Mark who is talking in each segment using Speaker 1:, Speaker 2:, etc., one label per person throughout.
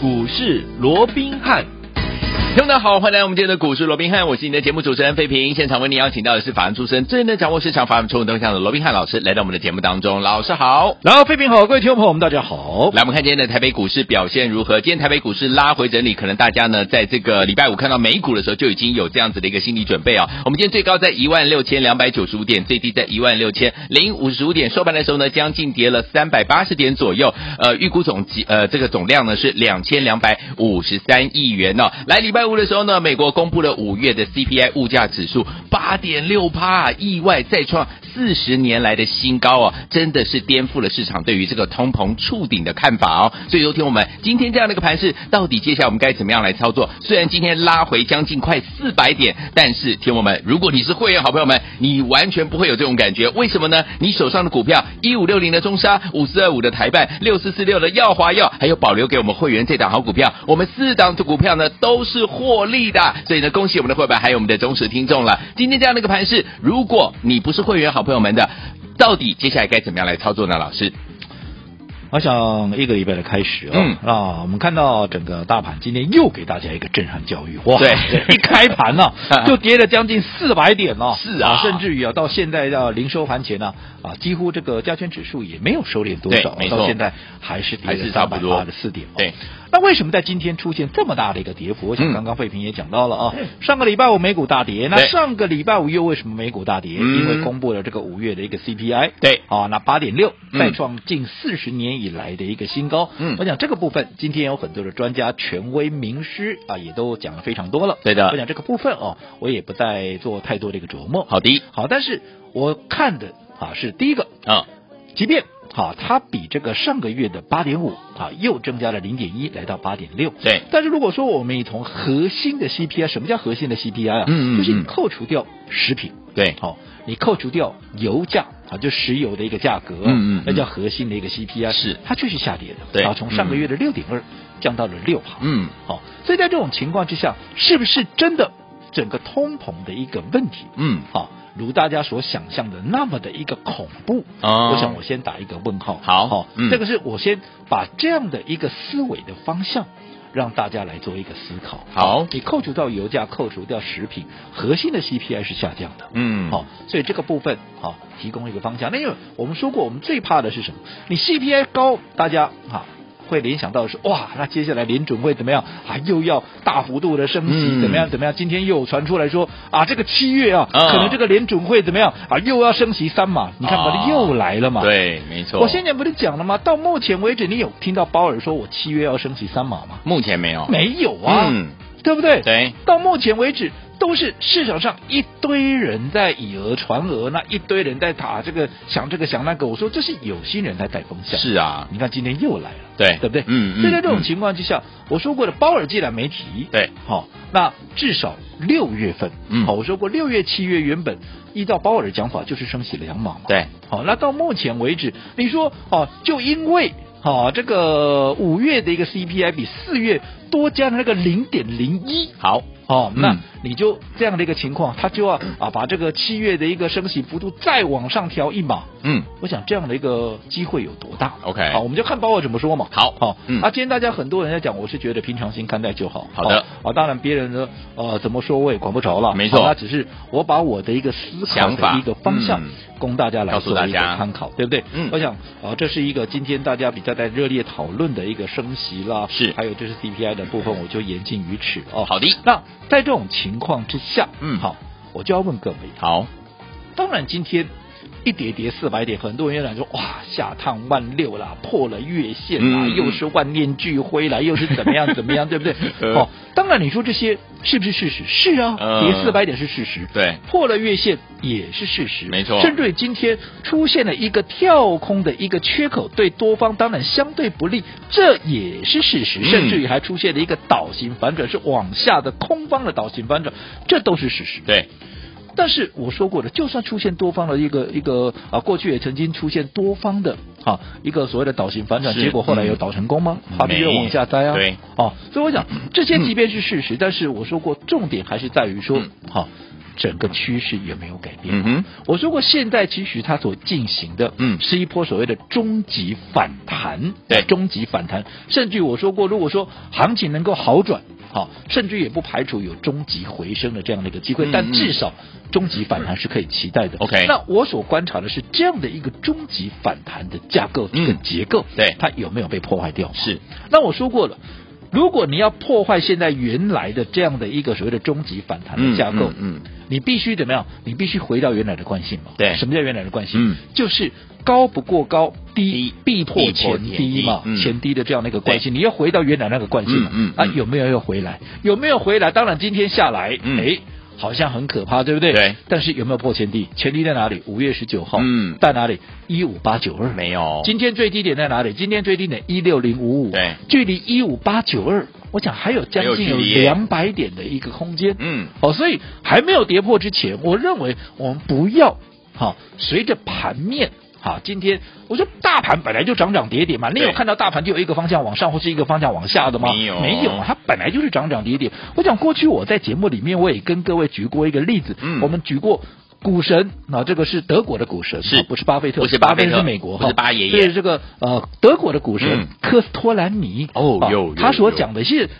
Speaker 1: 股市罗宾汉。听众们好，欢迎来到我们今天的股市罗宾汉，我是你的节目主持人费平。现场为你邀请到的是法案出身、最能掌握市场法案冲动向的罗宾汉老师，来到我们的节目当中。老师好，
Speaker 2: 然后，飞平好，各位听众朋友们，大家好。
Speaker 1: 来，我们看今天的台北股市表现如何？今天台北股市拉回整理，可能大家呢在这个礼拜五看到美股的时候就已经有这样子的一个心理准备啊、我们今天最高在一万六千两百九十五点，最低在一万六千零五十五点，收盘的时候呢将近跌了三百八十点左右。呃，预估总计呃这个总量呢是两千两百五十三亿元哦。来礼拜五的时候呢，美国公布了五月的 CPI 物价指数八点六帕，意外再创四十年来的新高哦，真的是颠覆了市场对于这个通膨触顶的看法哦。所以，昨天我们今天这样的一个盘势，到底接下来我们该怎么样来操作？虽然今天拉回将近快四百点，但是听我们，如果你是会员好朋友们，你完全不会有这种感觉，为什么呢？你手上的股票一五六零的中沙，五四二五的台办，六四四六的耀华药，还有保留给我们会员这档好股票，我们四档的股票呢都是获利的，所以呢，恭喜我们的会员还有我们的忠实听众了。今天这样的一个盘势，如果你不是会员好朋友们的，到底接下来该怎么样来操作呢？老师，
Speaker 2: 我想一个礼拜的开始哦，
Speaker 1: 嗯
Speaker 2: 啊，我们看到整个大盘今天又给大家一个震撼教育，哇，
Speaker 1: 对
Speaker 2: 一开盘 呢、就跌了将近四百点哦，
Speaker 1: 是啊
Speaker 2: 甚至于啊，到现在到临收盘前呢、啊，几乎这个加权指数也没有收敛多
Speaker 1: 对
Speaker 2: 少，
Speaker 1: 没错
Speaker 2: 到现在还是跌
Speaker 1: 还
Speaker 2: 了
Speaker 1: 是差
Speaker 2: 三
Speaker 1: 不
Speaker 2: 百
Speaker 1: 多
Speaker 2: 八十四点、哦，
Speaker 1: 对。
Speaker 2: 那为什么在今天出现这么大的一个跌幅？我想
Speaker 1: 嗯
Speaker 2: 刚刚费平也讲到了啊，上个礼拜五美股大跌，那
Speaker 1: 对
Speaker 2: 上个礼拜五又为什么美股大跌？
Speaker 1: 嗯
Speaker 2: 因为公布了这个五月的一个 CPI，
Speaker 1: 对
Speaker 2: 啊，那八点六
Speaker 1: 嗯
Speaker 2: 再创近四十年以来的一个新高。
Speaker 1: 嗯
Speaker 2: 我讲这个部分，今天有很多的专家、权威、名师啊，也都讲了非常多了。
Speaker 1: 对的
Speaker 2: 我讲这个部分哦，我也不再做太多的一个琢磨。
Speaker 1: 好的，
Speaker 2: 好，但是我看的啊是第一个，
Speaker 1: 嗯，
Speaker 2: 即便啊它比这个上个月的八点五啊又增加了零点一，来到八点六。
Speaker 1: 对，
Speaker 2: 但是如果说我们以从核心的 CPI，什么叫核心的 CPI 啊？
Speaker 1: 嗯嗯
Speaker 2: 就是你
Speaker 1: 嗯
Speaker 2: 扣除掉食品，
Speaker 1: 对，
Speaker 2: 好、你扣除掉油价啊，就石油的一个价格，
Speaker 1: 嗯嗯嗯
Speaker 2: 那叫核心的一个 CPI，
Speaker 1: 是
Speaker 2: 它确实下跌的，
Speaker 1: 对
Speaker 2: 啊，从上个月的六点二降到了六趴，，
Speaker 1: 嗯，
Speaker 2: 好、所以在这种情况之下，是不是真的整个通膨的一个问题，
Speaker 1: 嗯，
Speaker 2: 好、如大家所想象的那么的一个恐怖？
Speaker 1: 哦
Speaker 2: 我想我先打一个问号。
Speaker 1: 好
Speaker 2: 好、
Speaker 1: 嗯
Speaker 2: 这个是我先把这样的一个思维的方向。让大家来做一个思考。
Speaker 1: 好
Speaker 2: 你扣除掉油价，扣除掉食品，核心的 CPI 是下降的。
Speaker 1: 嗯，
Speaker 2: 好、，所以这个部分好、提供一个方向。那因为我们说过，我们最怕的是什么？你 CPI 高，大家啊会联想到的是哇，那接下来联准会怎么样啊？又要大幅度的升息，
Speaker 1: 嗯
Speaker 2: 怎么样怎么样？今天又有传出来说啊，这个七月啊，
Speaker 1: 啊
Speaker 2: 可能这个联准会怎么样啊？又要升息三码，你看吧，
Speaker 1: 啊
Speaker 2: 又来了嘛。。
Speaker 1: 对，没错，
Speaker 2: 我先前不是讲了吗？到目前为止，你有听到鲍尔说我七月要升息三码吗？
Speaker 1: 目前没有，
Speaker 2: 没有啊，
Speaker 1: 哦嗯，
Speaker 2: 对不对？
Speaker 1: 对，
Speaker 2: 到目前为止，都是市场上一堆人在以讹传讹，那一堆人在打这个想这个想那个。我说这是有心人在带风向。，
Speaker 1: 是啊，
Speaker 2: 你看今天又来了，
Speaker 1: 对，
Speaker 2: 对不对？
Speaker 1: 嗯，嗯
Speaker 2: 所以在这种
Speaker 1: 嗯
Speaker 2: 情况之下，我说过的，鲍尔既然没提，
Speaker 1: 对，
Speaker 2: 好、那至少六月份，
Speaker 1: 嗯
Speaker 2: 好、我说过六月、七月原本依照鲍尔的讲法就是升息两码嘛，
Speaker 1: 对，
Speaker 2: 好、那到目前为止，你说哦、就因为哦、这个五月的一个 CPI 比四月多加了那个零点零一，
Speaker 1: 好，
Speaker 2: 哦，
Speaker 1: 嗯
Speaker 2: 那你就这样的一个情况，他就要啊把这个七月的一个升息幅度再往上调一码。
Speaker 1: 嗯，
Speaker 2: 我想这样的一个机会有多大
Speaker 1: OK
Speaker 2: 好，我们就看鲍尔怎么说嘛。
Speaker 1: 好
Speaker 2: 好，
Speaker 1: 嗯
Speaker 2: 啊，今天大家很多人在讲，我是觉得平常心看待就好。
Speaker 1: 好的
Speaker 2: 啊，当然别人呢，呃，怎么说我也管不着了，
Speaker 1: 没错
Speaker 2: 好那只是我把我的一个思考
Speaker 1: 想法
Speaker 2: 的一个方向
Speaker 1: 嗯
Speaker 2: 供大家来
Speaker 1: 告诉
Speaker 2: 做
Speaker 1: 大
Speaker 2: 一个
Speaker 1: 家
Speaker 2: 参考，对不对？
Speaker 1: 嗯
Speaker 2: 我想啊，这是一个今天大家比较在热烈讨论的一个升息啦，
Speaker 1: 是
Speaker 2: 还有就是 CPI 的部分，我就言尽于此哦。
Speaker 1: 好的，
Speaker 2: 那在这种情况之下，
Speaker 1: 嗯
Speaker 2: 好，我就要问各位，
Speaker 1: 好，
Speaker 2: 当然今天一跌跌四百点，很多人讲说哇下探万六啦，破了月线啦，
Speaker 1: 嗯嗯
Speaker 2: 又是万念俱灰啦，又是怎么样怎么样，对不对？
Speaker 1: 呃
Speaker 2: 哦，当然你说这些是不是事实？是啊，
Speaker 1: 嗯
Speaker 2: 跌四百点是事实。
Speaker 1: 对，
Speaker 2: 破了月线也是事实，
Speaker 1: 没错
Speaker 2: 甚至于今天出现了一个跳空的一个缺口，对多方当然相对不利，这也是事实。
Speaker 1: 嗯
Speaker 2: 甚至于还出现了一个倒型反转，是往下的空方的倒型反转，这都是事实。
Speaker 1: 对，
Speaker 2: 但是我说过的，就算出现多方的一个一个啊，过去也曾经出现多方的啊一个所谓的倒型反转，
Speaker 1: 是
Speaker 2: 结果后来有
Speaker 1: 嗯
Speaker 2: 倒成功吗？它
Speaker 1: 没
Speaker 2: 必又往下栽啊。
Speaker 1: 对，
Speaker 2: 哦，所以我讲这些即便是事实，但是我说过，重点还是在于说，好、整个趋势也没有改变。
Speaker 1: 嗯哼，
Speaker 2: 我说过，现在其实它所进行的，
Speaker 1: 嗯
Speaker 2: 是一波所谓的终极反弹，
Speaker 1: 对
Speaker 2: 终极反弹。甚至我说过，如果说行情能够好转，好、甚至也不排除有终极回升的这样的一个机会，
Speaker 1: 嗯
Speaker 2: 但
Speaker 1: 嗯
Speaker 2: 至少终极反弹是可以期待的。
Speaker 1: OK
Speaker 2: 那我所观察的是这样的一个终极反弹的架构、
Speaker 1: 嗯
Speaker 2: 这个结构，
Speaker 1: 对
Speaker 2: 它有没有被破坏掉？
Speaker 1: 是，
Speaker 2: 那我说过了。如果你要破坏现在原来的这样的一个所谓的终极反弹的架构，
Speaker 1: 嗯嗯嗯
Speaker 2: 你必须怎么样？你必须回到原来的惯性嘛。
Speaker 1: 对
Speaker 2: 什么叫原来的惯性？
Speaker 1: 嗯
Speaker 2: 就是高不过高，低
Speaker 1: 低
Speaker 2: 必破
Speaker 1: 必破
Speaker 2: 前
Speaker 1: 前低
Speaker 2: 低嘛，
Speaker 1: 嗯
Speaker 2: 前低的这样的一个惯性，你要回到原来那个惯性嘛。
Speaker 1: 嗯嗯嗯
Speaker 2: 啊，有没有要回来？有没有回来？当然，今天下来，哎、
Speaker 1: 嗯
Speaker 2: 好像很可怕，对不对？
Speaker 1: 对。
Speaker 2: 但是有没有破前低？前低在哪里？五月十九号。
Speaker 1: 嗯
Speaker 2: 在哪里？一五八九二。
Speaker 1: 没有，
Speaker 2: 今天最低点在哪里？今天最低点一六零五五，
Speaker 1: 哦对，
Speaker 2: 距离一五八九二，我想还有将
Speaker 1: 还有距
Speaker 2: 近有
Speaker 1: 离耶
Speaker 2: 两百点的一个空间。
Speaker 1: 嗯，
Speaker 2: 哦，所以还没有跌破之前，我认为我们不要好、随着盘面。好，今天我觉得大盘本来就涨涨跌跌嘛，你
Speaker 1: 对
Speaker 2: 有看到大盘就有一个方向往上或是一个方向往下的吗？
Speaker 1: 没有
Speaker 2: 没有，啊它本来就是涨涨跌跌。我讲过去我在节目里面我也跟各位举过一个例子，
Speaker 1: 嗯
Speaker 2: 我们举过股神，那、这个是德国的股神，
Speaker 1: 是
Speaker 2: 啊不是巴菲特？
Speaker 1: 不是巴菲特
Speaker 2: 是美国，
Speaker 1: 不是
Speaker 2: 哈
Speaker 1: 巴爷爷
Speaker 2: 是这个呃德国的股神、
Speaker 1: 嗯
Speaker 2: 科斯托兰尼。
Speaker 1: 哦
Speaker 2: 啊
Speaker 1: 有有
Speaker 2: 他所
Speaker 1: 有
Speaker 2: 讲的是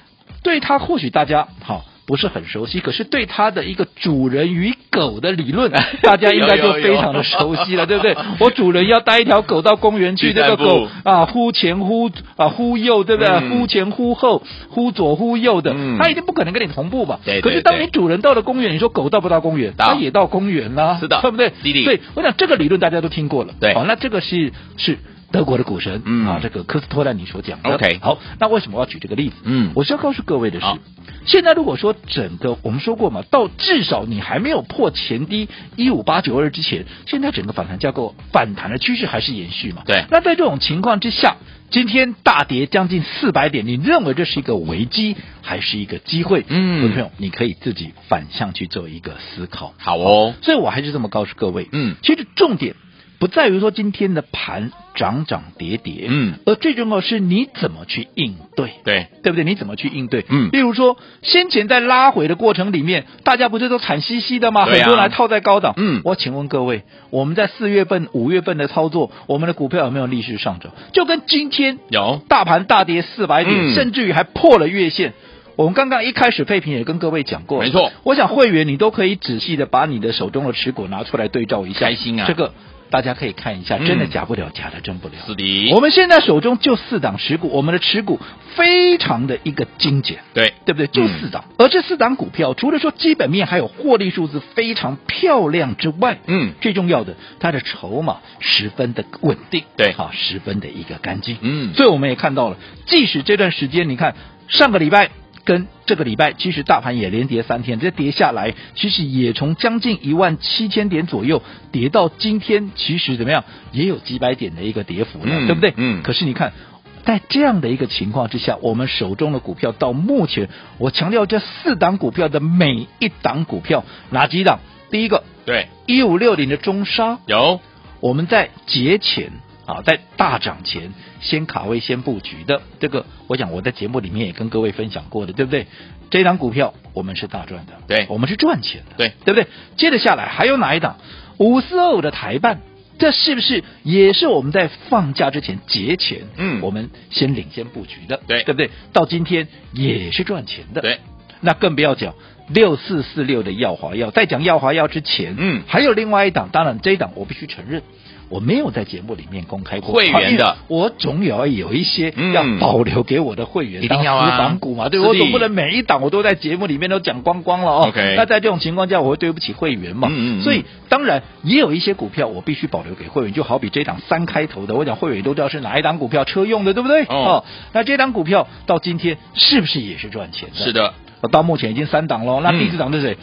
Speaker 2: 对他或许大家好。不是很熟悉，可是对他的一个主人与狗的理论，
Speaker 1: 哎
Speaker 2: 大家应该就非常的熟悉了，对不对？我主人要带一条狗到公园去，
Speaker 1: 去
Speaker 2: 这
Speaker 1: 散
Speaker 2: 个
Speaker 1: 步
Speaker 2: 狗啊忽前忽啊忽右，对不对？
Speaker 1: 嗯
Speaker 2: 忽前忽后，忽左忽右的，
Speaker 1: 嗯
Speaker 2: 它一定不可能跟你同步嘛。
Speaker 1: 对对
Speaker 2: 可是当
Speaker 1: 对
Speaker 2: 你主人到了公园，你说狗到不到公园？
Speaker 1: 到
Speaker 2: 它也到公园啦、
Speaker 1: 是的
Speaker 2: 对不对？
Speaker 1: 弟弟
Speaker 2: 对，我想这个理论大家都听过了。
Speaker 1: 对
Speaker 2: 好，那这个是是德国的股神、
Speaker 1: 嗯
Speaker 2: 啊，这个科斯托兰尼所讲的。
Speaker 1: OK
Speaker 2: 好，那为什么我要举这个例子？
Speaker 1: 嗯
Speaker 2: 我是要告诉各位的是
Speaker 1: 好，
Speaker 2: 现在如果说整个我们说过嘛，到至少你还没有破前低一五八九二之前，现在整个反弹架构反弹的趋势还是延续嘛。
Speaker 1: 对
Speaker 2: 那在这种情况之下，今天大跌将近四百点，你认为这是一个危机还是一个机会？
Speaker 1: 嗯
Speaker 2: 各位朋友，你可以自己反向去做一个思考。
Speaker 1: 好哦，
Speaker 2: 所以我还是这么告诉各位，
Speaker 1: 嗯
Speaker 2: 其实重点不在于说今天的盘涨涨跌跌，
Speaker 1: 嗯，
Speaker 2: 而最重要的是你怎么去应对。
Speaker 1: 对，
Speaker 2: 对不对？你怎么去应对？
Speaker 1: 嗯
Speaker 2: 例如说，先前在拉回的过程里面，大家不是都惨兮兮的吗？
Speaker 1: 对啊
Speaker 2: 很多人还套在高档。
Speaker 1: 嗯
Speaker 2: 我请问各位，我们在四月份、五月份的操作，我们的股票有没有逆势上涨？就跟今天
Speaker 1: 有，
Speaker 2: 大盘大跌四百点，
Speaker 1: 嗯
Speaker 2: 甚至于还破了月线。我们刚刚一开始配平也跟各位讲过，
Speaker 1: 没错。
Speaker 2: 我想会员你都可以仔细的把你的手中的持股拿出来对照一下，
Speaker 1: 开心啊
Speaker 2: 这个大家可以看一下，真的
Speaker 1: 嗯
Speaker 2: 假不了，假的真不了。
Speaker 1: 是的，
Speaker 2: 我们现在手中就四档持股，我们的持股非常的一个精简，
Speaker 1: 对，
Speaker 2: 对不对？就四档，而这四档股票，除了说基本面还有获利数字非常漂亮之外，
Speaker 1: 嗯
Speaker 2: 最重要的，它的筹码十分的稳定，
Speaker 1: 对
Speaker 2: 好、十分的一个干净，
Speaker 1: 嗯，
Speaker 2: 所以我们也看到了，即使这段时间，你看上个礼拜。跟这个礼拜，其实大盘也连跌三天，这跌下来，其实也从将近一万七千点左右跌到今天，其实怎么样，也有几百点的一个跌幅了，
Speaker 1: 嗯
Speaker 2: 对不对？
Speaker 1: 嗯
Speaker 2: 可是你看，在这样的一个情况之下，我们手中的股票到目前，我强调这四档股票的每一档股票哪几档？第一个
Speaker 1: 对，
Speaker 2: 一五六零的中沙，
Speaker 1: 有，
Speaker 2: 我们在节前啊，在大涨前先卡位、先布局的，这个我讲我在节目里面也跟各位分享过的，对不对？这一档股票我们是大赚的，
Speaker 1: 对
Speaker 2: 我们是赚钱的，
Speaker 1: 对，
Speaker 2: 对不对？接着下来还有哪一档？五四二五的台办。这是不是也是我们在放假之前节前，
Speaker 1: 嗯
Speaker 2: 我们先领先布局的，
Speaker 1: 对
Speaker 2: 对不对？到今天也是赚钱的，
Speaker 1: 对，
Speaker 2: 那更不要讲六四四六的耀华药。在讲耀华药之前，
Speaker 1: 嗯
Speaker 2: 还有另外一档，当然这一档我必须承认。我没有在节目里面公开过
Speaker 1: 会员的
Speaker 2: 啊因为我总要有一些
Speaker 1: 嗯
Speaker 2: 要保留给我的会员
Speaker 1: 一定要啊
Speaker 2: 当私房股嘛，对
Speaker 1: 是的
Speaker 2: 我总不能每一档我都在节目里面都讲光光了哦。
Speaker 1: OK
Speaker 2: 那在这种情况下，我会对不起会员嘛，
Speaker 1: 嗯嗯嗯
Speaker 2: 所以当然也有一些股票我必须保留给会员，就好比这档三开头的，我讲会员都知道是哪一档股票，车用的对不对？
Speaker 1: 哦
Speaker 2: 哦，那这档股票到今天是不是也是赚钱的？
Speaker 1: 是的，
Speaker 2: 到目前已经三档喽。那
Speaker 1: 嗯
Speaker 2: 第四档是谁？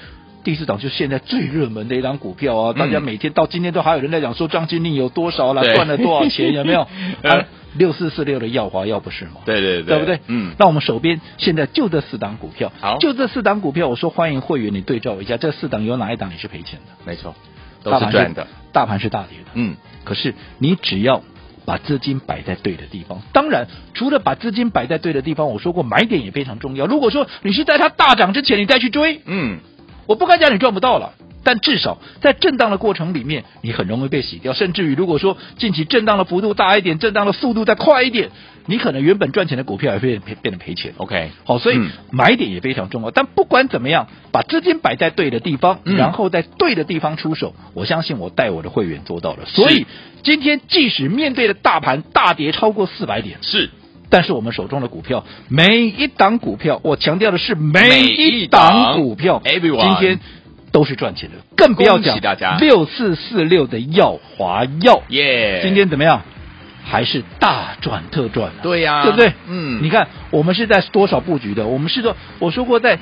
Speaker 2: 第四档就是现在最热门的一档股票啊！
Speaker 1: 嗯
Speaker 2: 大家每天到今天都还有人在讲说张钧甯有多少了，
Speaker 1: 对？
Speaker 2: 赚了多少钱，有没有
Speaker 1: 呃
Speaker 2: 啊，六四四六的耀华耀不是吗？
Speaker 1: 对对
Speaker 2: 对不对？
Speaker 1: 嗯，
Speaker 2: 那我们手边现在就这四档股票，
Speaker 1: 好
Speaker 2: 就这四档股票，我说欢迎会员你对照一下，这四档有哪一档你是赔钱的？
Speaker 1: 没错，都
Speaker 2: 大
Speaker 1: 是
Speaker 2: 盘
Speaker 1: 赚的，，
Speaker 2: 大盘是大跌的，
Speaker 1: 嗯，
Speaker 2: 可是你只要把资金摆在对的地方，当然除了把资金摆在对的地方，我说过买点也非常重要。如果说你是在它大涨之前你再去追，
Speaker 1: 嗯，
Speaker 2: 我不敢讲你赚不到了。但至少在震荡的过程里面，你很容易被洗掉。甚至于，如果说近期震荡的幅度大一点，震荡的速度再快一点，你可能原本赚钱的股票也会变变得赔钱。
Speaker 1: OK，
Speaker 2: 好，哦所以
Speaker 1: 嗯
Speaker 2: 买点也非常重要。但不管怎么样，把资金摆在对的地方，
Speaker 1: 嗯
Speaker 2: 然后在对的地方出手，我相信我带我的会员做到了。所以今天即使面对的大盘大跌超过四百点，
Speaker 1: 是
Speaker 2: 但是我们手中的股票，每一档股票，我强调的是
Speaker 1: 每
Speaker 2: 每
Speaker 1: 一
Speaker 2: 一
Speaker 1: 档
Speaker 2: 档股票
Speaker 1: everyone
Speaker 2: 今天都是赚钱的，更不要
Speaker 1: 恭喜
Speaker 2: 讲
Speaker 1: 大家
Speaker 2: 六四四六的耀华耀，
Speaker 1: 耶
Speaker 2: 今天怎么样？还是大赚特赚、啊，
Speaker 1: 对呀
Speaker 2: 对不对？
Speaker 1: 嗯
Speaker 2: 你看我们是在多少布局的？我们是说，我说过在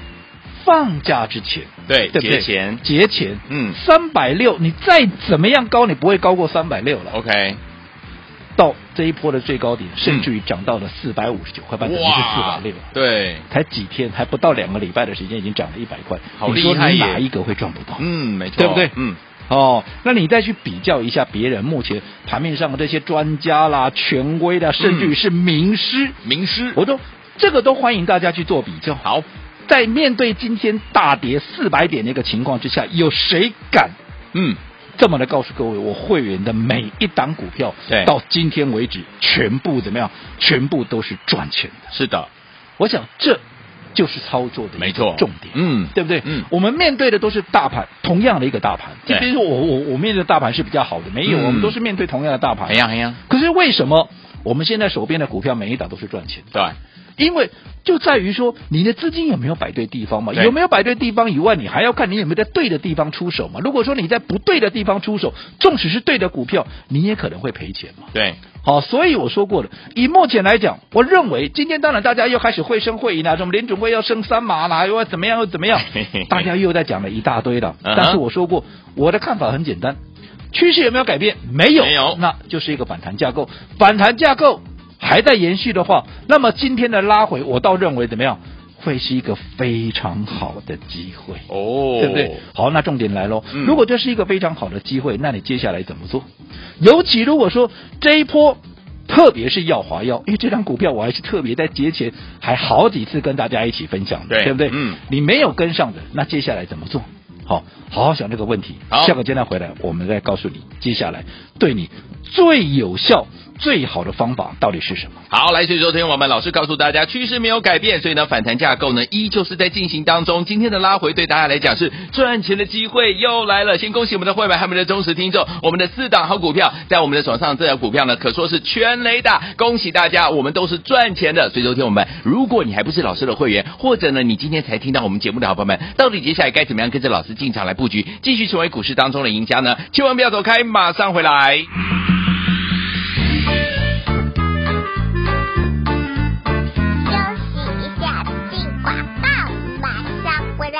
Speaker 2: 放假之前，
Speaker 1: 对
Speaker 2: 对不对？
Speaker 1: 节前
Speaker 2: 节前，
Speaker 1: 嗯
Speaker 2: 三百六，你再怎么样高，你不会高过三百六了。
Speaker 1: OK，
Speaker 2: 到这一波的最高点，甚至于涨
Speaker 1: 嗯
Speaker 2: 到了四百五十九块半，等于是四百六。
Speaker 1: 对，
Speaker 2: 才几天，还不到两个礼拜的时间，已经涨了一百块。
Speaker 1: 好
Speaker 2: 你
Speaker 1: 厉
Speaker 2: 说
Speaker 1: 害
Speaker 2: 你
Speaker 1: 耶
Speaker 2: 哪一个会赚不到？
Speaker 1: 嗯，没错，
Speaker 2: 对不对
Speaker 1: 嗯，
Speaker 2: 哦，那你再去比较一下别人目前盘面上的这些专家啦、权威啦，甚至于是名师，
Speaker 1: 名师，
Speaker 2: 我都这个都欢迎大家去做比较。
Speaker 1: 嗯好，
Speaker 2: 在面对今天大跌四百点的一个情况之下，有谁敢
Speaker 1: 嗯，
Speaker 2: 这么的告诉各位，我会员的每一档股票，
Speaker 1: 对
Speaker 2: 到今天为止，全部怎么样？全部都是赚钱的。
Speaker 1: 是的，
Speaker 2: 我想这就是操作的一个
Speaker 1: 没错，
Speaker 2: 重点，
Speaker 1: 嗯，
Speaker 2: 对不对？
Speaker 1: 嗯
Speaker 2: 我们面对的都是大盘，同样的一个大盘。
Speaker 1: 对
Speaker 2: 这边我我我面对的大盘是比较好的，没有，
Speaker 1: 嗯
Speaker 2: 我们都是面对同样的大盘。
Speaker 1: 哎呀哎呀，
Speaker 2: 可是为什么我们现在手边的股票每一档都是赚钱的？
Speaker 1: 对，
Speaker 2: 因为就在于说你的资金有没有摆对地方嘛？
Speaker 1: 对
Speaker 2: 有没有摆对地方以外，你还要看你有没有在对的地方出手嘛？如果说你在不对的地方出手，纵使是对的股票，你也可能会赔钱嘛。
Speaker 1: 对，，
Speaker 2: 好，所以我说过了，以目前来讲，我认为今天当然大家又开始会声会影啦，什么联准会要升三码啦，又要怎么样又怎么样 大家又在讲了一大堆了。
Speaker 1: 嗯哼
Speaker 2: 但是我说过，我的看法很简单，趋势有没有改变？没有，
Speaker 1: 没有
Speaker 2: 那就是一个反弹架构，反弹架构还在延续的话，那么今天的拉回，我倒认为怎么样？会是一个非常好的机会，
Speaker 1: 哦，
Speaker 2: 对不对？好，那重点来喽。
Speaker 1: 嗯
Speaker 2: 如果这是一个非常好的机会，那你接下来怎么做？尤其如果说这一波。特别是耀华药，因为这张股票我还是特别在节前还好几次跟大家一起分享的，
Speaker 1: 对
Speaker 2: 不对？
Speaker 1: 嗯，
Speaker 2: 你没有跟上的，那接下来怎么做？好，好好想这个问题。
Speaker 1: 好
Speaker 2: 下个阶段回来，我们再告诉你接下来对你最有效、最好的方法到底是什么。
Speaker 1: 好，来，所以说，天我们老师告诉大家，趋势没有改变，所以呢，反弹架构呢依旧是在进行当中。今天的拉回对大家来讲是赚钱的机会又来了，先恭喜我们的会员，还有我们的忠实听众，我们的四档好股票在我们的手上，这档股票呢可说是全雷打，恭喜大家，我们都是赚钱的。所以，说，天我们，如果你还不是老师的会员，或者呢你今天才听到我们节目的好朋友们，到底接下来该怎么样跟着老师进场来布局，继续成为股市当中的赢家呢？千万不要走开，马上回来。
Speaker 3: 休息一下，进广告，马上回来。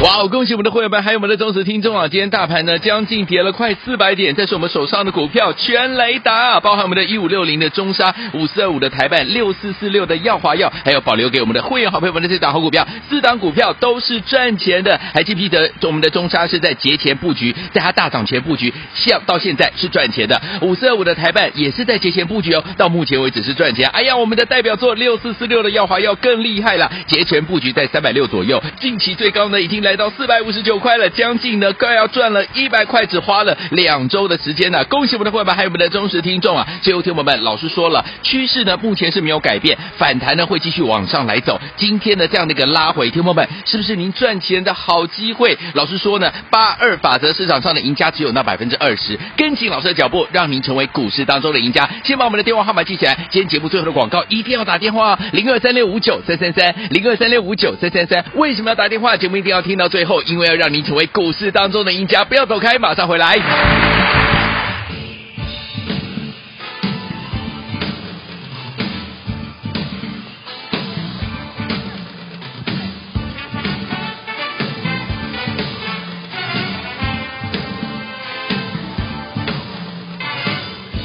Speaker 1: 哇哦！恭喜我们的会员们，还有我们的忠实听众啊！今天大盘呢将近跌了快四百点，但是我们手上的股票全雷达，包含我们的一五六零的中沙、五四二五的台办、六四四六的耀华药，还有保留给我们的会员好朋友们的这档好股票，四档股票都是赚钱的。还记不记得我们的中沙是在节前布局，在它大涨前布局，像到现在是赚钱的。五四二五的台办也是在节前布局哦，到目前为止是赚钱。哎呀，我们的代表作六四四六的耀华药更厉害了，节前布局在三百六左右，近期最高呢已经来到四百五十九块了，将近呢快要赚了一百块，只花了两周的时间呢、恭喜我们的会员，还有我们的忠实听众啊！最后听我们老师说了，趋势呢目前是没有改变，反弹呢会继续往上来走。今天的这样的一个拉回，听众们是不是您赚钱的好机会？老师说呢，八二法则市场上的赢家只有那百分之二十，跟紧老师的脚步，让您成为股市当中的赢家。先把我们的电话号码记起来，今天节目最后的广告一定要打电话，哦零二三六五九三三三，零二三六五九三三三。为什么要打电话？节目一定要听到最后，因为要让您成为股市当中的赢家。不要走开，马上回来。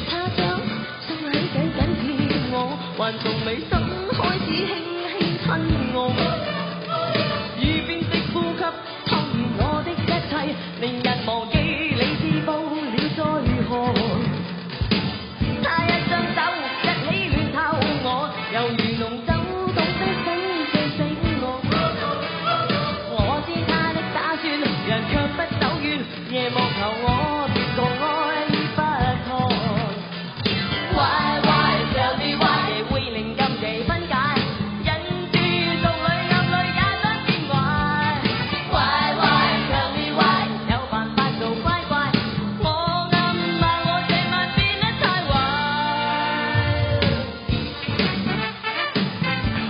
Speaker 4: 他將心裏緊緊貼我，還從未心開始輕輕親我，耳邊的呼吸侵入我的一切，令人忘記你是步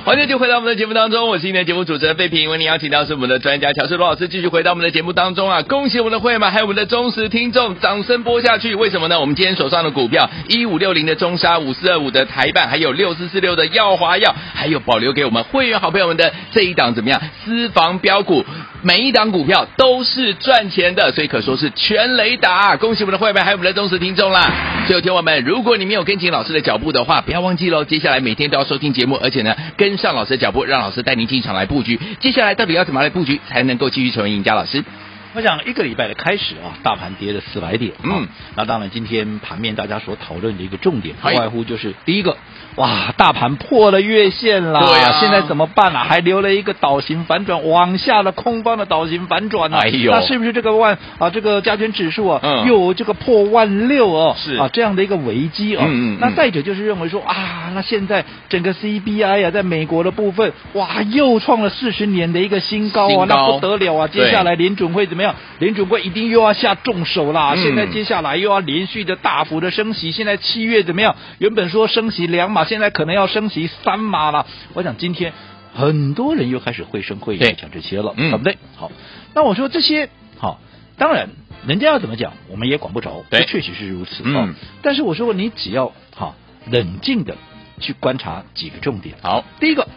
Speaker 1: 欢迎就回到我们的节目当中，我是今天的节目主持人费平，为您邀请到是我们的专家乔世罗老师，继续回到我们的节目当中啊！恭喜我们的会员们，还有我们的忠实听众，掌声拨下去！为什么呢？我们今天手上的股票一五六零的中沙，五四二五的台办，还有六四四六的耀华药，还有保留给我们会员好朋友们的这一档怎么样？私房标股，每一档股票都是赚钱的，所以可说是全雷达！恭喜我们的会员们，还有我们的忠实听众啦！所有听友们，如果你没有跟紧老师的脚步的话，不要忘记喽，接下来每天都要收听节目，而且呢，跟上老师的脚步，让老师带您进场来布局。接下来到底要怎么来布局，才能够继续成为赢家？老师，
Speaker 2: 我想一个礼拜的开始啊，大盘跌了四百点。
Speaker 1: 嗯
Speaker 2: 啊那当然，今天盘面大家所讨论的一个重点，不
Speaker 1: 嗨
Speaker 2: 外乎就是第一个，哇，大盘破了月线啦，
Speaker 1: 对啊
Speaker 2: 现在怎么办啊？还留了一个倒型反转，往下的空方的倒型反转呢、啊。
Speaker 1: 哎呦
Speaker 2: 那是不是这个万啊，这个加权指数啊，
Speaker 1: 嗯
Speaker 2: 又有这个破万六哦，
Speaker 1: 是
Speaker 2: 啊，这样的一个危机哦。
Speaker 1: 嗯嗯嗯
Speaker 2: 那再者就是认为说啊，那现在整个 CBI 啊，在美国的部分，哇，又创了四十年的一个新高啊，
Speaker 1: 新
Speaker 2: 那
Speaker 1: 高
Speaker 2: 不得了啊！接下来联准会怎么样？联准会一定又要下重手啦！
Speaker 1: 嗯
Speaker 2: 现在接下来又要连续的大幅的升息，现在七月怎么样？原本说升息两码，现在可能要升息三码了。我想今天很多人又开始会声会影
Speaker 1: 对
Speaker 2: 地讲这些了，
Speaker 1: 嗯
Speaker 2: 对不对？好，那我说这些好，当然人家要怎么讲，我们也管不着，
Speaker 1: 对
Speaker 2: 这确实是如此。
Speaker 1: 嗯
Speaker 2: 哦但是我说你只要好冷静的去观察几个重点。
Speaker 1: 好，
Speaker 2: 第一个，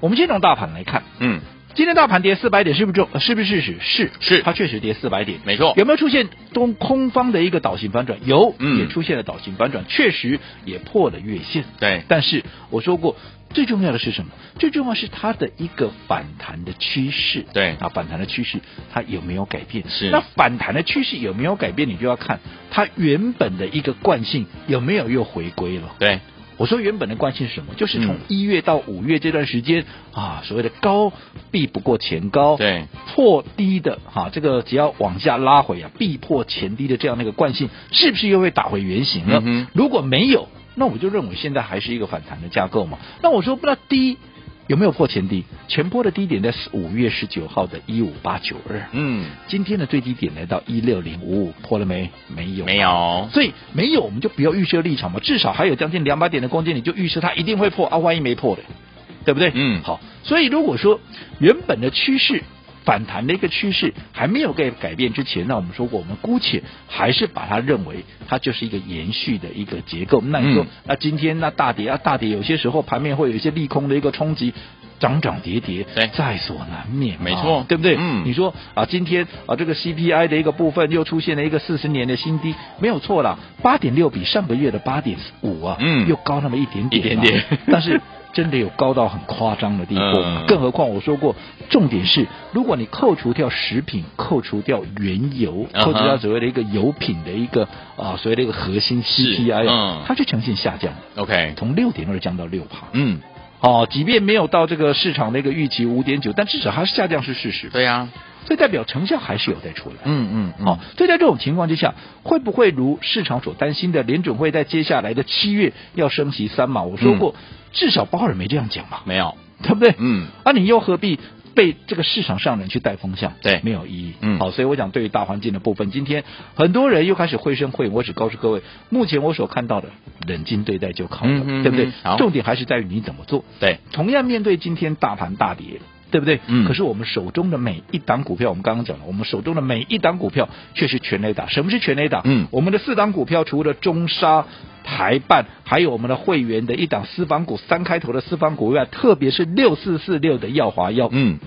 Speaker 2: 我们先从大盘来看。
Speaker 1: 嗯，
Speaker 2: 今天大盘跌四百点，是不是重？呃是不是事实？是，
Speaker 1: 是
Speaker 2: 它确实跌四百点。
Speaker 1: 没错，
Speaker 2: 有没有出现东空方的一个倒型反转？有，
Speaker 1: 嗯
Speaker 2: 也出现了倒型反转，确实也破了月线。
Speaker 1: 对，
Speaker 2: 但是我说过，最重要的是什么？最重要是它的一个反弹的趋势。
Speaker 1: 对
Speaker 2: 啊，反弹的趋势它有没有改变？
Speaker 1: 是
Speaker 2: 那反弹的趋势有没有改变？你就要看它原本的一个惯性有没有又回归了。
Speaker 1: 对，
Speaker 2: 我说原本的惯性是什么？就是从
Speaker 1: 嗯
Speaker 2: 一月到五月这段时间、啊，所谓的高必不过前高，
Speaker 1: 对，
Speaker 2: 破低的哈、这个只要往下拉回啊，必破前低的这样的一个惯性，是不是又会打回原形了？
Speaker 1: 嗯哼
Speaker 2: 如果没有，那我就认为现在还是一个反弹的架构嘛。那我说不知道低。有没有破前低？前波的低点在五月十九号的一五八九二，
Speaker 1: 嗯，
Speaker 2: 今天的最低点来到一六零五五，破了没？没有，啊
Speaker 1: 没有，
Speaker 2: 所以没有，我们就不要预设立场嘛，至少还有将近两百点的空间，你就预设它一定会破啊，万一没破的，对不对？
Speaker 1: 嗯
Speaker 2: 好，所以如果说原本的趋势。反弹的一个趋势还没有被改变之前，那我们说过，我们姑且还是把它认为它就是一个延续的一个结构。那你说，
Speaker 1: 嗯
Speaker 2: 那今天那大跌啊，大跌有些时候盘面会有一些利空的一个冲击，涨涨跌跌
Speaker 1: 对，
Speaker 2: 在所难免嘛，
Speaker 1: 没错
Speaker 2: 对不对？
Speaker 1: 嗯
Speaker 2: 你说啊，今天啊这个 CPI 的一个部分又出现了一个四十年的新低，没有错啦，八点六比上个月的八点五啊，
Speaker 1: 嗯
Speaker 2: 又高那么一点点，啊
Speaker 1: 一点 点，
Speaker 2: 但是。真的有高到很夸张的地步，
Speaker 1: 嗯
Speaker 2: 更何况我说过，重点是，如果你扣除掉食品，扣除掉原油，
Speaker 1: 嗯
Speaker 2: 扣
Speaker 1: 哼
Speaker 2: 除掉所谓的一个油品的一个啊，所谓的一个核心 CPI，啊、
Speaker 1: 嗯
Speaker 2: 它就呈现下降，
Speaker 1: ，OK，
Speaker 2: 从六点二降到六趴。
Speaker 1: 嗯，
Speaker 2: 哦，即便没有到这个市场的一个预期五点九，但至少它下降是事实。
Speaker 1: 对呀，
Speaker 2: 所以代表成效还是有在出来。
Speaker 1: 嗯嗯，
Speaker 2: 好、，所以在这种情况之下，会不会如市场所担心的，联准会在接下来的七月要升息三码？我说过，至少鲍尔没这样讲嘛，
Speaker 1: 没有，
Speaker 2: 对不对？
Speaker 1: 嗯，
Speaker 2: 啊，你又何必被这个市场上人去带风向？
Speaker 1: 对
Speaker 2: 没有意义。
Speaker 1: 嗯
Speaker 2: 好，所以我讲对于大环境的部分，今天很多人又开始绘声绘影。我只告诉各位，目前我所看到的，冷静对待就好了，
Speaker 1: 嗯哼
Speaker 2: 对不对
Speaker 1: 嗯？好
Speaker 2: 重点还是在于你怎么做。
Speaker 1: 对，
Speaker 2: 同样面对今天大盘大跌。对不对？
Speaker 1: 嗯
Speaker 2: 可是我们手中的每一档股票，我们刚刚讲了，我们手中的每一档股票却是全雷打。什么是全雷打？
Speaker 1: 嗯
Speaker 2: 我们的四档股票除了中沙、台办，还有我们的会员的一档私房股三开头的私房股以外，特别是六四四六的耀华药，
Speaker 1: 嗯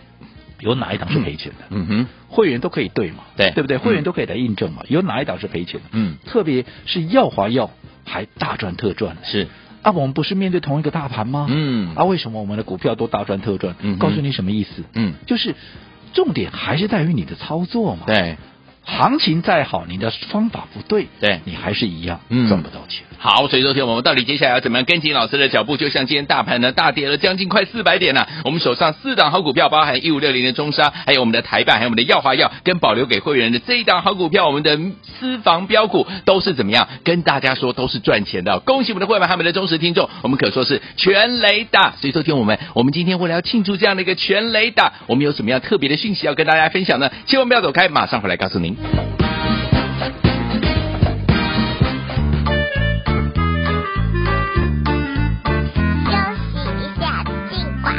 Speaker 2: 有哪一档是赔钱的？
Speaker 1: 嗯哼，
Speaker 2: 会员都可以对嘛？
Speaker 1: 对
Speaker 2: 对不对？
Speaker 1: 嗯
Speaker 2: 会员都可以来印证嘛？有哪一档是赔钱的？
Speaker 1: 嗯，
Speaker 2: 特别是耀华药还大赚特赚，
Speaker 1: 是，
Speaker 2: 啊，我们不是面对同一个大盘吗？
Speaker 1: 嗯
Speaker 2: 啊，为什么我们的股票都大赚特赚？
Speaker 1: 嗯哼
Speaker 2: 告诉你什么意思？
Speaker 1: 嗯，
Speaker 2: 就是重点还是在于你的操作嘛。，
Speaker 1: 对，
Speaker 2: 行情再好，你的方法不对，
Speaker 1: 对
Speaker 2: 你还是一样、
Speaker 1: 嗯
Speaker 2: 赚不到钱。
Speaker 1: 好，所以昨天我们到底接下来要怎么样跟紧老师的脚步？就像今天大盘呢大跌了将近快四百点了、我们手上四档好股票，包含一五六零的中沙，还有我们的台办，还有我们的耀华药，跟保留给会员的这一档好股票，我们的私房标股都是怎么样跟大家说都是赚钱的哦、恭喜我们的会员还有我们的忠实听众，我们可说是全雷打。所以说，听我们，我们今天为了要庆祝这样的一个全雷打，我们有什么样特别的讯息要跟大家分享呢？千万不要走开，马上回来告诉您。
Speaker 3: 休息一下，进广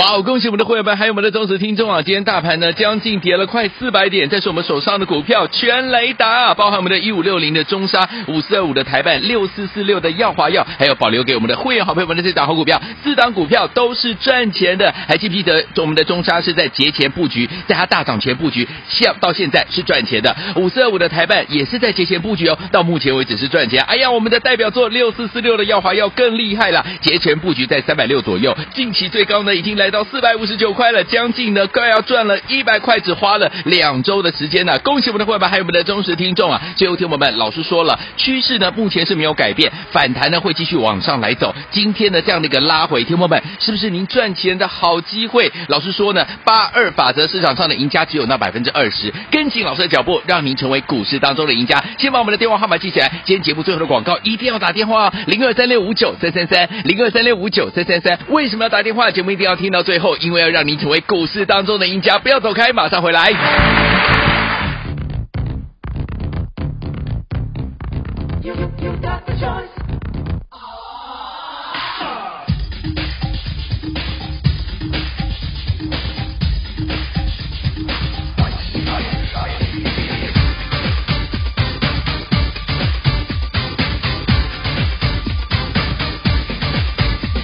Speaker 1: 好，恭喜我们的会员们，还有我们的忠实听众啊！今天大盘呢将近跌了快四百点，但是我们手上的股票全雷达，啊包含我们的一五六零的中沙、五四二五的台办、六四四六的耀华药，还有保留给我们的会员好朋友们的这档好股票，四档股票都是赚钱的。还记不记得我们的中沙是在节前布局，在它大涨前布局，现到现在是赚钱的。五四二五的台办也是在节前布局哦，到目前为止是赚钱。哎呀，我们的代表作六四四六的耀华药更厉害了，节前布局在三百六左右，近期最高呢已经来到四百五十九块了，将近呢快要赚了一百块，只花了两周的时间呢、恭喜我们的会员们，还有我们的忠实听众啊！最后听我们老师说了，趋势呢目前是没有改变，反弹呢会继续往上来走。今天的这样的一个拉回，听众朋友们是不是您赚钱的好机会？老师说呢，八二法则市场上的赢家只有那百分之二十，跟紧老师的脚步，让您成为股市当中的赢家。先把我们的电话号码记起来，今天节目最后的广告一定要打电话、哦，零二三六五九三三三，零二三六五九三三三。为什么要打电话？节目一定要听到最后，因为要让您成为股市当中的赢家。不要走开，马上回来。
Speaker 4: You, you got the choice.
Speaker 1: Yes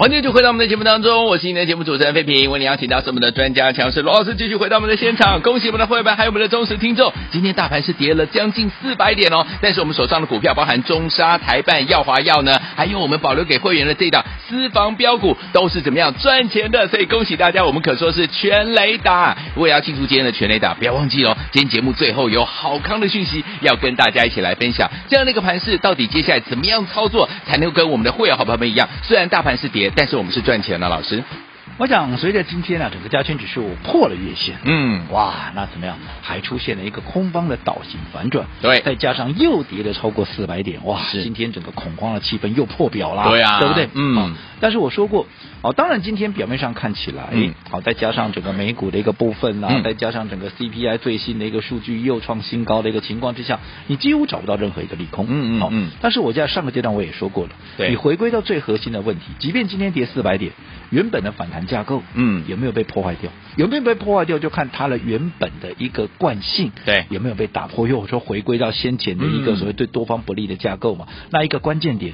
Speaker 1: 欢迎就回到我们的节目当中，我是你的节目主持人费平，为你邀请到是我们的专家强势罗老师继续回到我们的现场，恭喜我们的会员还有我们的忠实听众。今天大盘是跌了将近四百点哦，但是我们手上的股票包含中沙、台办、耀华药呢，还有我们保留给会员的这档私房标股，都哦是怎么样赚钱的，所以恭喜大家，我们可说是全雷打。如果要庆祝今天的全雷打，不要忘记哦，今天节目最后有好康的讯息要跟大家一起来分享，这样的一个盘势到底接下来怎么样操作才能够跟我们的会员好朋友们一样，虽然大盘是跌，但是我们是赚钱的，老师。
Speaker 2: 我想随着今天啊，整个加权指数破了月线，
Speaker 1: 嗯，
Speaker 2: 哇，那怎么样？还出现了一个空方的倒型反转，
Speaker 1: 对
Speaker 2: 再加上又跌了超过四百点，哇，
Speaker 1: 是
Speaker 2: 今天整个恐慌的气氛又破表啦，
Speaker 1: 对啊
Speaker 2: 对不对？
Speaker 1: 嗯
Speaker 2: 好但是我说过，哦，当然今天表面上看起来，
Speaker 1: 嗯
Speaker 2: 好，再加上整个美股的一个部分啦、
Speaker 1: 嗯
Speaker 2: 再加上整个 CPI 最新的一个数据又创新高的一个情况之下，你几乎找不到任何一个利空，
Speaker 1: 嗯嗯
Speaker 2: 好
Speaker 1: 嗯
Speaker 2: 但是我在上个阶段我也说过了，
Speaker 1: 对
Speaker 2: 你回归到最核心的问题，即便今天跌四百点，原本的反弹架构，
Speaker 1: 嗯
Speaker 2: 有没有被破坏掉？有没有被破坏掉，就看它的原本的一个惯性，
Speaker 1: 对
Speaker 2: 有没有被打破，又或者说回归到先前的一个
Speaker 1: 嗯
Speaker 2: 所谓对多方不利的架构嘛？那一个关键点。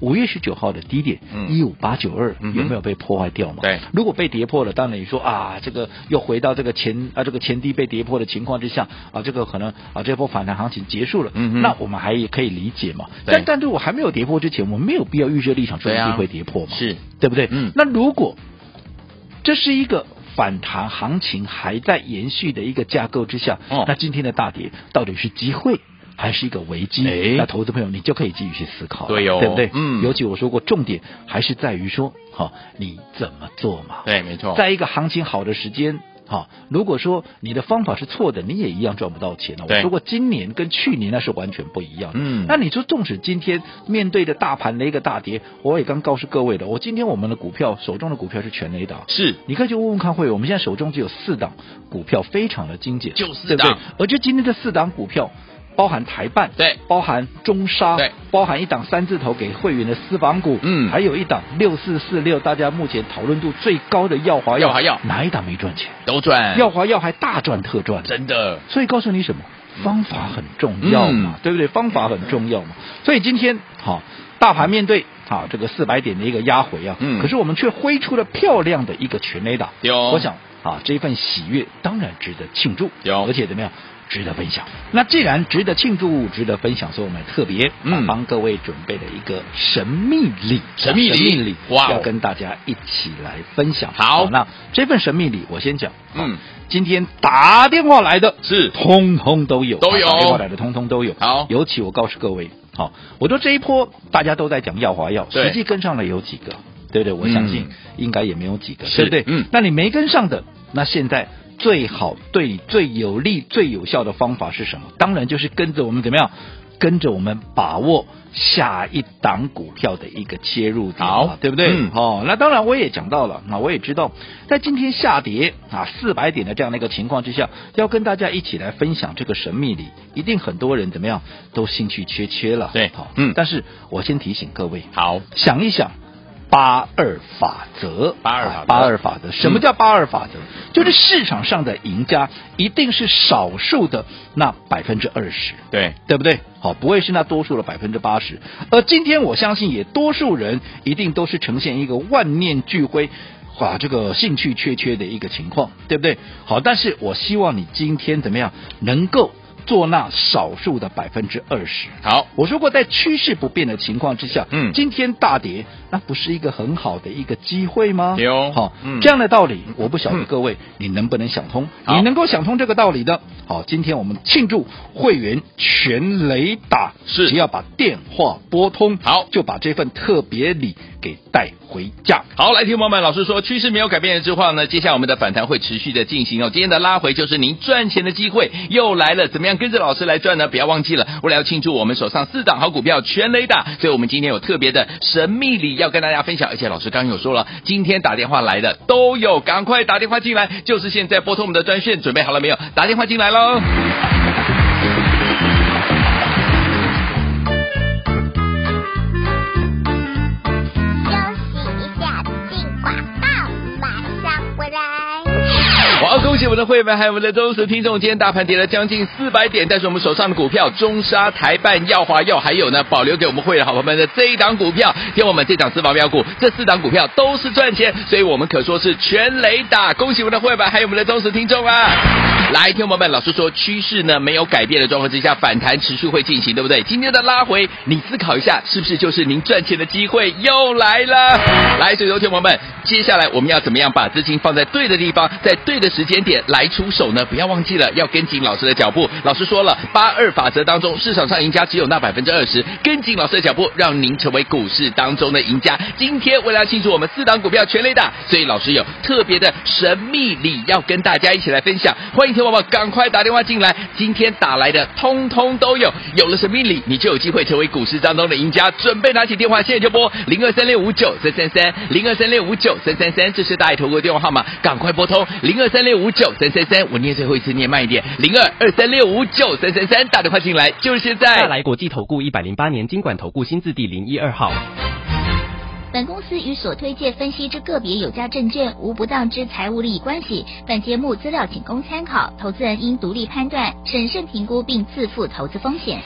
Speaker 2: 五月十九号的低点
Speaker 1: 嗯
Speaker 2: 一五八九二
Speaker 1: 嗯哼
Speaker 2: 有没有被破坏掉嘛？
Speaker 1: 对
Speaker 2: 如果被跌破了，当然你说啊，这个又回到这个前啊这个前低被跌破的情况之下啊，这个可能啊这波反弹行情结束了，
Speaker 1: 嗯哼
Speaker 2: 那我们还也可以理解嘛。
Speaker 1: 对
Speaker 2: 但但是我还没有跌破之前，我们没有必要预设立场说一
Speaker 1: 对啊
Speaker 2: 定会跌破嘛，
Speaker 1: 是
Speaker 2: 对不对？
Speaker 1: 嗯
Speaker 2: 那如果这是一个反弹行情还在延续的一个架构之下，
Speaker 1: 哦
Speaker 2: 那今天的大跌到底是机会？还是一个危机，
Speaker 1: 哎
Speaker 2: 那投资朋友你就可以继续去思考了，
Speaker 1: 对哦
Speaker 2: 对不对？
Speaker 1: 嗯
Speaker 2: 尤其我说过，重点还是在于说，好、你怎么做嘛？
Speaker 1: 对，哦没错。
Speaker 2: 在一个行情好的时间。好，如果说你的方法是错的，你也一样赚不到钱啊了。我
Speaker 1: 对
Speaker 2: 说过，今年跟去年那是完全不一样的。
Speaker 1: 嗯
Speaker 2: 那你说，纵使今天面对着大盘的一个大跌，我也刚告诉各位的，我今天我们的股票手中的股票是全雷达，
Speaker 1: 是
Speaker 2: 你可以去问问看会员，我们现在手中只有四档股票，非常的精简，
Speaker 1: 就四
Speaker 2: 对不对
Speaker 1: 档？
Speaker 2: 而这今天这四档股票。包含台办，
Speaker 1: 对
Speaker 2: 包含中沙，
Speaker 1: 对，
Speaker 2: 包含一档三字头给会员的私房股，
Speaker 1: 嗯
Speaker 2: 还有一档六四四六，大家目前讨论度最高的耀华药，
Speaker 1: 耀华药
Speaker 2: 哪一档没赚钱？
Speaker 1: 都赚，
Speaker 2: 耀华药还大赚特赚，
Speaker 1: 真的
Speaker 2: 所以告诉你什么？方法很重要嘛，
Speaker 1: 嗯
Speaker 2: 对不对？方法很重要嘛。所以今天好、大盘面对好、这个四百点的一个压回啊，
Speaker 1: 嗯
Speaker 2: 可是我们却挥出了漂亮的一个全垒打。
Speaker 1: 有
Speaker 2: 我想啊，这一份喜悦当然值得庆祝，
Speaker 1: 有
Speaker 2: 而且怎么样？值得分享。那既然值得庆祝、值得分享，所以我们特别、啊
Speaker 1: 嗯、
Speaker 2: 帮各位准备了一个神秘礼，
Speaker 1: 神秘礼
Speaker 2: 神秘礼，
Speaker 1: 哇哦
Speaker 2: 要跟大家一起来分享。
Speaker 1: 好
Speaker 2: 那这份神秘礼我先讲。
Speaker 1: 嗯
Speaker 2: 好，今天打电话来的
Speaker 1: 是
Speaker 2: 通通都有，
Speaker 1: 都有
Speaker 2: 打电话来的通通都有。
Speaker 1: 好
Speaker 2: 尤其我告诉各位，好，我说这一波大家都在讲耀华药，
Speaker 1: 对
Speaker 2: 实际跟上了有几个，对不对？我相信
Speaker 1: 嗯
Speaker 2: 应该也没有几个，对
Speaker 1: 是
Speaker 2: 不对？
Speaker 1: 嗯
Speaker 2: 那你没跟上的，那现在。最好对你最有利、最有效的方法是什么？当然就是跟着我们怎么样，跟着我们把握下一档股票的一个切入点嘛，啊
Speaker 1: 好
Speaker 2: 对不对？
Speaker 1: 嗯
Speaker 2: 哦，那当然我也讲到了，那我也知道，在今天下跌啊四百点的这样的一个情况之下，要跟大家一起来分享这个神秘礼，一定很多人怎么样都兴趣缺缺了，哦
Speaker 1: 对
Speaker 2: 好、
Speaker 1: 嗯
Speaker 2: 但是我先提醒各位，
Speaker 1: 好，
Speaker 2: 想一想，八二法则，
Speaker 1: 八二法则嗯
Speaker 2: 啊八二法则，什么叫八二法则？就是市场上的赢家一定是少数的那百分之二十，
Speaker 1: 对，
Speaker 2: 对不对？好，不会是那多数的百分之八十。而今天我相信也多数人一定都是呈现一个万念俱灰。哇，这个兴趣缺缺的一个情况，对不对？好，但是我希望你今天怎么样，能够做那少数的百分之二十。
Speaker 1: 好，
Speaker 2: 我说过，在趋势不变的情况之下，
Speaker 1: 嗯
Speaker 2: 今天大跌，那不是一个很好的一个机会吗？
Speaker 1: 对哦
Speaker 2: 好，
Speaker 1: 嗯
Speaker 2: 这样的道理，我不晓得
Speaker 1: 嗯
Speaker 2: 各位你能不能想通？
Speaker 1: 好
Speaker 2: 你能够想通这个道理的，好，今天我们庆祝会员全雷打，
Speaker 1: 是
Speaker 2: 只要把电话拨通，
Speaker 1: 好
Speaker 2: 就把这份特别礼给带回家。
Speaker 1: 好，来，听众朋友们，老师说趋势没有改变的之话呢，接下来我们的反弹会持续的进行哦。今天的拉回就是您赚钱的机会又来了，怎么样跟着老师来赚呢？不要忘记了，为了要庆祝我们手上四档好股票全雷打，所以我们今天有特别的神秘礼要跟大家分享。而且老师刚刚有说了，今天打电话来的都有，赶快打电话进来，就是现在拨通我们的专线，准备好了没有？打电话进来喽。
Speaker 3: 休息一下，进广告，马上回来。
Speaker 1: 好，恭喜我们的会员，还有我们的忠实听众。今天大盘跌了将近四百点，但是我们手上的股票中沙、台办、耀华药，还有呢保留给我们会员好朋友们的这一档股票，听我们这档私房标股，这四档股票都是赚钱，所以我们可说是全雷打。恭喜我们的会员，还有我们的忠实听众啊！来，听我们，老师说趋势呢没有改变的状况之下，反弹持续会进行，对不对？今天的拉回，你思考一下，是不是就是您赚钱的机会又来了？来，所以有听我们，接下来我们要怎么样把资金放在对的地方，在对的时间点来出手呢？不要忘记了，要跟紧老师的脚步。老师说了，八二法则当中，市场上赢家只有那百分之二十，跟紧老师的脚步，让您成为股市当中的赢家。今天为了要庆祝我们四档股票全雷打，所以老师有特别的神秘礼要跟大家一起来分享。欢迎听众宝宝赶快打电话进来，今天打来的通通都有。有了神秘礼，你就有机会成为股市当中的赢家。准备拿起电话，现在就拨零二三六五九三三三零二三六五九三三三，这是大爱投顾的电话号码，赶快拨通零二三六五九三三三。我念最后一次，念慢一点，零二二三六五九三三三，打电话进来就是现在。
Speaker 5: 大来国际投顾一百零八年经管投顾新字第零一二号。
Speaker 6: 本公司与所推介分析之个别有价证券无不当之财务利益关系。本节目资料仅供参考，投资人应独立判断、审慎评估并自负投资风险。